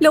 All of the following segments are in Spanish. Lo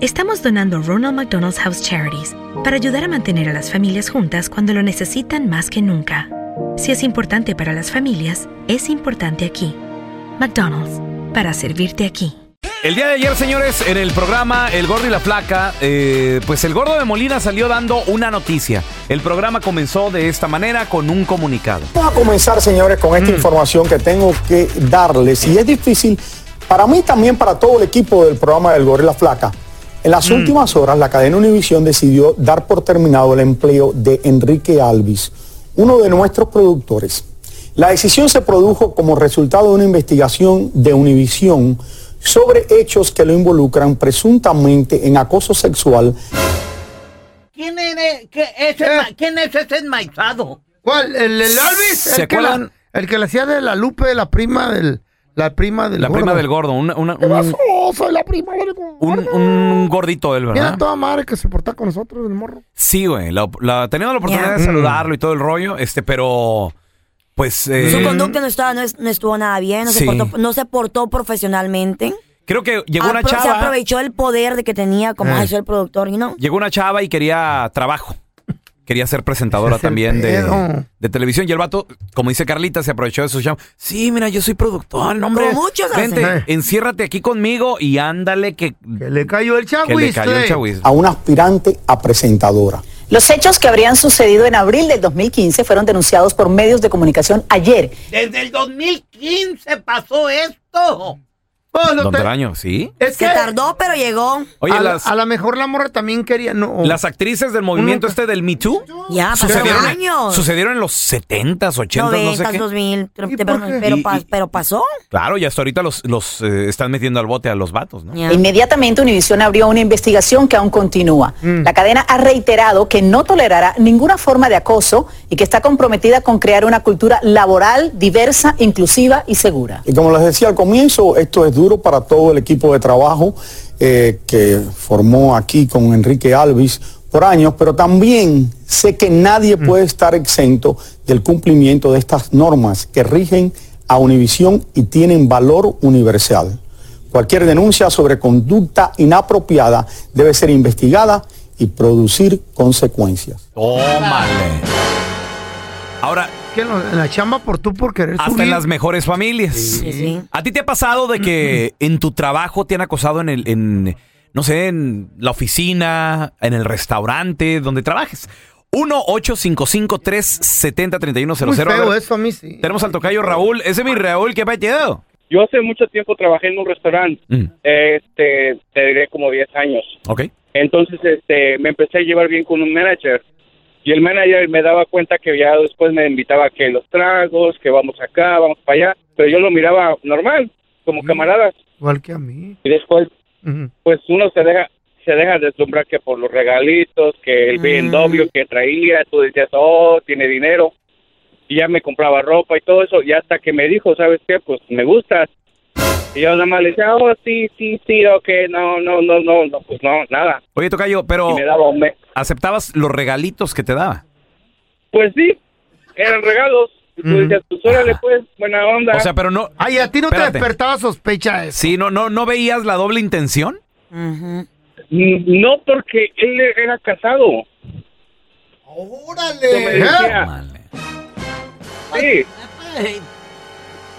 estamos donando Ronald McDonald's House Charities para ayudar a mantener a las familias juntas cuando lo necesitan más que nunca. Si es importante para las familias, es importante aquí. McDonald's, para servirte aquí. El día de ayer, señores, en el programa El Gordo y la Flaca, eh, pues el Gordo de Molina salió dando una noticia. El programa comenzó de esta manera con un comunicado. Vamos a comenzar, señores, con esta información que tengo que darles. Y es difícil para mí también, para todo el equipo del programa del Gorila Flaca. En las últimas horas, la cadena Univisión decidió dar por terminado el empleo de Enrique Alvis, uno de nuestros productores. La decisión se produjo como resultado de una investigación de Univisión sobre hechos que lo involucran presuntamente en acoso sexual ¿Quién, eres, qué, ese ma- ¿Quién es ese enmaizado? ¿Cuál? ¿El, el Alvis? ¿Se el, que acuerdan? la, el que le hacía de la Lupe, la prima del. La prima Ah, del. La gordo. prima del gordo, una- una- ¿Qué un, pasó? Soy la prima del gordo. un- un gordito él, Mira ¿verdad? toda madre que se porta con nosotros el morro. Sí, güey. La, la- teníamos la oportunidad Mm. de saludarlo y todo el rollo, este, pero. Pues. eh, Su conducta no, estaba, no, es- no estuvo nada bien, no, Sí. se portó, no se portó profesionalmente. creo que llegó una Apro- Ah, se chava. Eh. aprovechó el poder de que tenía como "Ay, soy el productor, y no. Llegó una chava y quería trabajo. Quería ser presentadora Ese es el también de, pedo. de televisión. Y el vato, como dice Carlita, se aprovechó de su chamba. Sí, mira, yo soy productor, no, hombre. Como muchos hacen. Vente, Eh. enciérrate aquí conmigo y ándale que, Que le cayó el que le chagüis. cayó el eh. chahuiz. a una aspirante a presentadora. Los hechos que habrían sucedido en abril del 2015 fueron denunciados por medios de comunicación ayer. Desde el 2015 pasó esto. Oh, lo Don te- Teraño, ¿sí? Es que Se tardó, pero llegó. Oye, a, las, a lo mejor la morra también quería. No, las actrices del movimiento este del Me Too Ya, pasaron sucedieron, años. sucedieron en los 70s, 80s, no sé 90, qué. 2000, pero, ¿Y por pero- qué? pero Y- pa- y- pero pasó. Claro, y hasta ahorita los, los eh, están metiendo al bote a los vatos, ¿no? Ya. Inmediatamente Univision abrió una investigación que aún continúa. La cadena ha reiterado que no tolerará ninguna forma de acoso y que está comprometida con crear una cultura laboral diversa, inclusiva y segura. Y como les decía al comienzo, esto es duro para todo el equipo de trabajo eh, que formó aquí con Enrique Alvis por años, pero también sé que nadie puede estar exento del cumplimiento de estas normas que rigen a Univisión y tienen valor universal. Cualquier denuncia sobre conducta inapropiada debe ser investigada y producir consecuencias. Tómale. Ahora, que lo- en la chamba por tú por querer hasta subir. en las mejores familias. Sí, sí. ¿A ti te ha pasado de que en tu trabajo te han acosado en el, en, no sé, en la oficina, en el restaurante, donde trabajes? 1-855-370-3100. Muy feo eso a mí sí. Tenemos al tocayo Raúl. Ese es mi Raúl, ¿qué pateado? Yo hace mucho tiempo trabajé en un restaurante, Mm. este, te diré como 10 años. Ok. Entonces, este, me empecé a llevar bien con un manager. Y el manager me daba cuenta que ya después me invitaba a que los tragos, que vamos acá, vamos para allá, pero yo lo miraba normal, como camaradas. Igual que a mí. Y después, Ujú. pues uno se deja se deja deslumbrar que por los regalitos, que el Mm. BMW que traía, tú decías, oh, tiene dinero. Y ya me compraba ropa y todo eso. Y hasta que me dijo, ¿sabes qué? Pues me gustas. Y yo nada más le decía, oh, sí, sí, sí, ok, no, no, no, no, no pues no, nada. Oye, tocayo, Y pero me daba un mes. ¿aceptabas los regalitos que te daba? Pues sí, eran regalos. Y tú decías, pues órale, pues, buena onda. Ah. O sea, pero no. Ay, a ti no Espérate. te despertaba sospecha eso. Sí, no, no, no veías la doble intención. Mm, No, porque él era casado. ¡Órale! Me ¿Eh? decía, sí,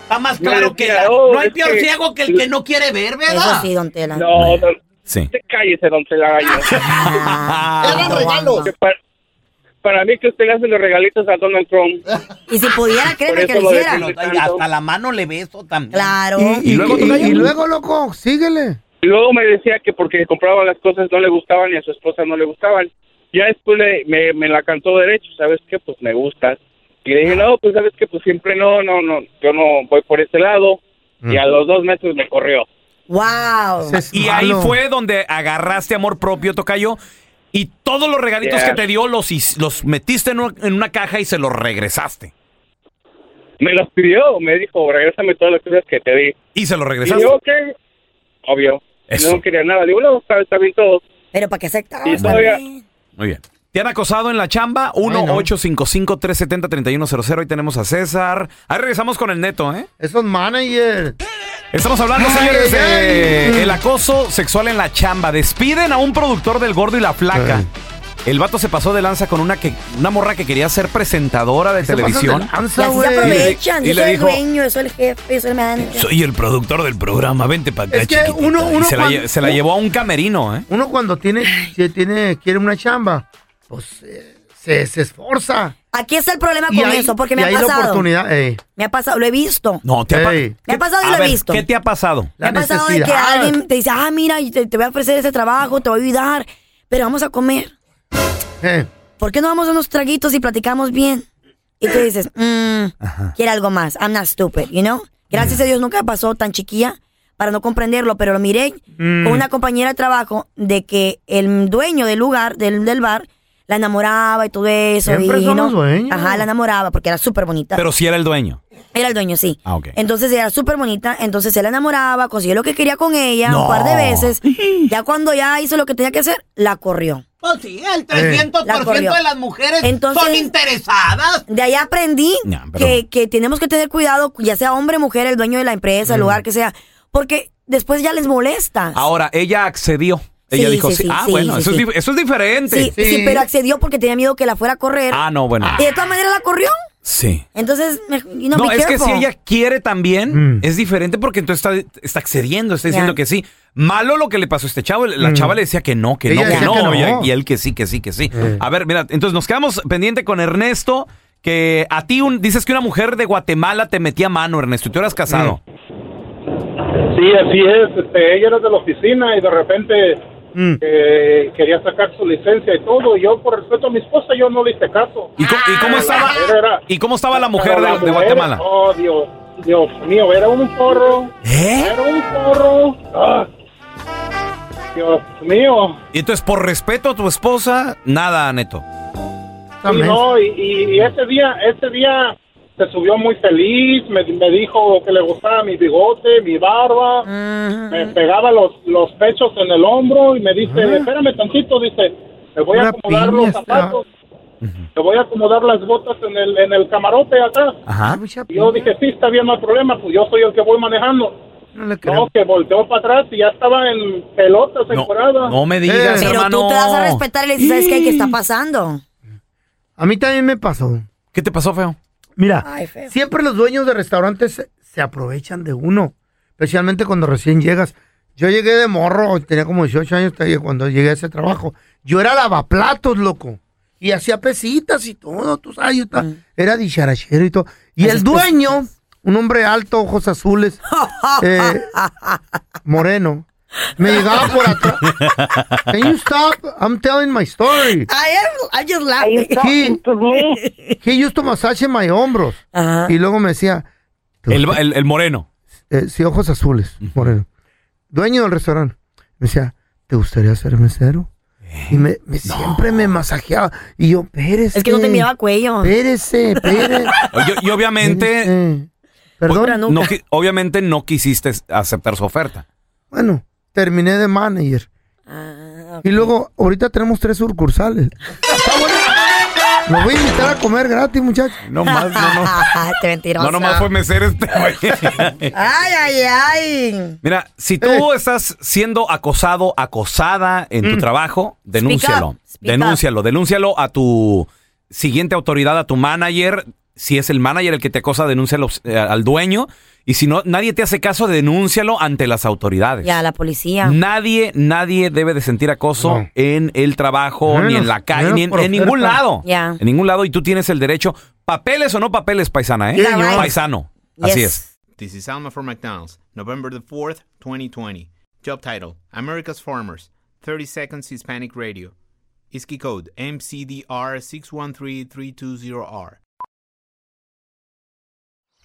Está más Me claro que decía, la- "Oh, no hay es peor que- ciego que el que no quiere ver, ¿verdad? Eso sí, don Tela. no, no. Sí. Usted cállese, don Pelagayo. Ah. Eran regalos. Que para, para mí que usted le hace los regalitos a Donald Trump. Y si pudiera, créeme Por que eso lo lo hiciera. defendí. Ah, Y hasta la mano le beso también. Claro. Y, ¿Y luego, y- Tocayo? y luego, loco, síguele. Y luego me decía que porque compraba las cosas no le gustaban y a su esposa no le gustaban. Ya después le- me, me la cantó derecho, ¿sabes qué? Pues me gustas. Y le dije, no, pues sabes que pues siempre no, no, no, yo no voy por ese lado. Y a los dos meses me corrió. Wow. Es Y ahí malo. fue donde agarraste amor propio, Tocayo. Y todos los regalitos Yeah. que te dio los, his- los metiste en una, en una caja y se los regresaste. Me los pidió, me dijo, regrésame todas las cosas que te di. Y se los Y regresaste. yo, ok, obvio. Eso. No quería nada. Digo, no, está, está bien todo. Pero para pues, qué aceptaba. Y todavía- Muy bien. ¿Te han acosado en la chamba? Ay, no. 1-855-370-3100. Hoy tenemos a César. Ahí regresamos con el neto, ¿eh? Esos managers. Estamos hablando, Ay, señores, ay, de ay. el acoso sexual en la chamba. Despiden a un productor del Gordo y la Flaca. Ay. El vato se pasó de lanza con una, que, una morra que quería ser presentadora de Se televisión. pasan de lanza, Y así se güey. aprovechan. Y Yo le soy el dijo- dueño, yo soy el jefe, yo soy el manager. Soy el productor del programa, vente para acá, Es que chiquitita. uno- Y uno se, la, cuando- lle- se la llevó a un camerino, ¿eh? Uno cuando tiene, si tiene, quiere una chamba, pues eh, se, se esforza. Aquí está el problema Y Ah, con ahí- eso, porque me y ha ahí la pasado. oportunidad, eh, ey. Me ha pasado, lo he visto. No, te ha, pa- Ey. Me ha pasado y A lo he ver, visto. ¿Qué te ha pasado? Me ha La pasado de que necesidad. alguien te dice, ah, mira, y te, te voy a ofrecer ese trabajo, te voy a ayudar, pero vamos a comer. Eh, ¿Por qué no vamos a unos traguitos y platicamos bien? Y tú dices, mmm, quiere algo más. I'm not stupid, you know? Gracias a Dios nunca me pasó tan chiquilla para no comprenderlo, pero lo miré con una compañera de trabajo de que el dueño del lugar, del, del bar, la enamoraba y todo eso. Siempre y, son ¿no? los dueños. Ajá, la enamoraba porque era súper bonita. Pero si era el dueño. Era el dueño, sí. Ah, ok. Entonces era súper bonita, entonces él la enamoraba, consiguió lo que quería con ella No. un par de veces. Ya cuando ya hizo lo que tenía que hacer, la corrió. Pues sí, el eh, La corrió. 300% de las mujeres Entonces- son interesadas. De ahí aprendí Ya, pero- que, que tenemos que tener cuidado, ya sea hombre, mujer, el dueño de la empresa, el Mm. lugar que sea, porque después ya les molesta. Ahora, ella accedió. Ella Sí, dijo, sí, sí, sí, ah, sí, bueno, sí, eso, sí. Es dif- eso es diferente. sí, sí, Sí. pero accedió porque tenía miedo que la fuera a correr. Ah, no, bueno. Y de todas maneras la corrió. Sí. Entonces, me, you know, No, be es que careful. si ella quiere también, Mm. es diferente porque entonces está, está accediendo, está Ya. diciendo que sí. Malo lo que le pasó a este chavo. La chava le decía que no, que Mm. Ella no, que decía no. que no. Eh. Y, él- y él que sí, que sí, que sí. A ver, mira, entonces nos quedamos pendiente con Ernesto, que a ti un- dices que una mujer de Guatemala te metía mano, Ernesto, y tú eras casado. Mm. Sí, así es. Este, ella era de la oficina y de repente Mm. eh, quería sacar su licencia y todo. Y yo, por respeto a mi esposa, yo no le hice caso. ¿Y, co- y Ah. cómo estaba, Pero era- ¿Y cómo estaba la mujer pero de, la de Guatemala? Oh, Dios, Dios mío, era un porro. ¿Eh? Era un porro. Ah, Dios mío. Y entonces, por respeto a tu esposa, nada, Neto. Sí, también. no, y, y- y ese día, ese día se subió muy feliz, me, me dijo que le gustaba mi bigote, mi barba, me pegaba los, los pechos en el hombro y me dice, espérame tantito, dice, me voy a Una acomodar piña los está. zapatos, te voy a acomodar las botas en el, en el camarote acá. Ajá. Mucha Y yo pena. dije, sí, está bien, no hay problema, pues yo soy el que voy manejando. No le creo. No, que volteó para atrás y ya estaba en pelotas, en No, encuerada. no me digas, Eh. Pero hermano. tú te das a respetar y le dices, ¿sabes qué? ¿Qué está pasando? A mí también me pasó. ¿Qué te pasó, feo? Mira, Ay, feo. siempre los dueños de restaurantes se, se aprovechan de uno, especialmente cuando recién llegas. Yo llegué de morro, tenía como 18 años te- cuando llegué a ese trabajo. Yo era lavaplatos, loco. Y hacía pesitas y todo, tú sabes, yo ta- Mm. era dicharachero y todo. Y el dueño, un hombre alto, ojos azules, eh, moreno, me llegaba por atrás. Can you stop? I'm telling my story. I am, I just Are you laughed. talking to me? He used to massage my hombros. Ajá. Y luego me decía, tú- El, el- el moreno. eh, sí, ojos azules, moreno. Dueño del restaurante. Me decía, ¿te gustaría ser mesero? Y me, Eh, me- siempre me masajeaba. Y yo, espérese. Es que no te miraba cuello. Espérese, espérese. Y- y obviamente, pues, espérese". Eh, Perdón. Pura nuca. No qui- obviamente no quisiste aceptar su oferta. Bueno, terminé de manager. Ah, Y luego, ahorita tenemos tres sucursales. Está bueno. Lo voy a invitar a comer gratis, muchachos. No más, no, no. Te mentiroso. No, nomás fue mesero este güey. Ay, ay, ay. Mira, si tú estás siendo acosado, acosada en tu Mm. trabajo, Speak denúncialo. up, speak Denúncialo, denúncialo a tu siguiente autoridad, a tu manager. Si es el manager el que te acosa, denúncialo eh, al dueño. Y si no, nadie te hace caso, denúncialo ante las autoridades. Ya, la policía. Nadie, nadie debe de sentir acoso en el trabajo, ni Menos, en la calle, menos ni en, por en ningún oferta. lado. Ya. En ningún lado. Y tú tienes el derecho, papeles o no papeles, paisana, ¿eh? Sí, señor. Paisano. Así es. This is Alma from McDonald's, November the 4th, 2020. Job title America's Farmers, 30 Seconds Hispanic Radio. ISKI code MCDR613320R.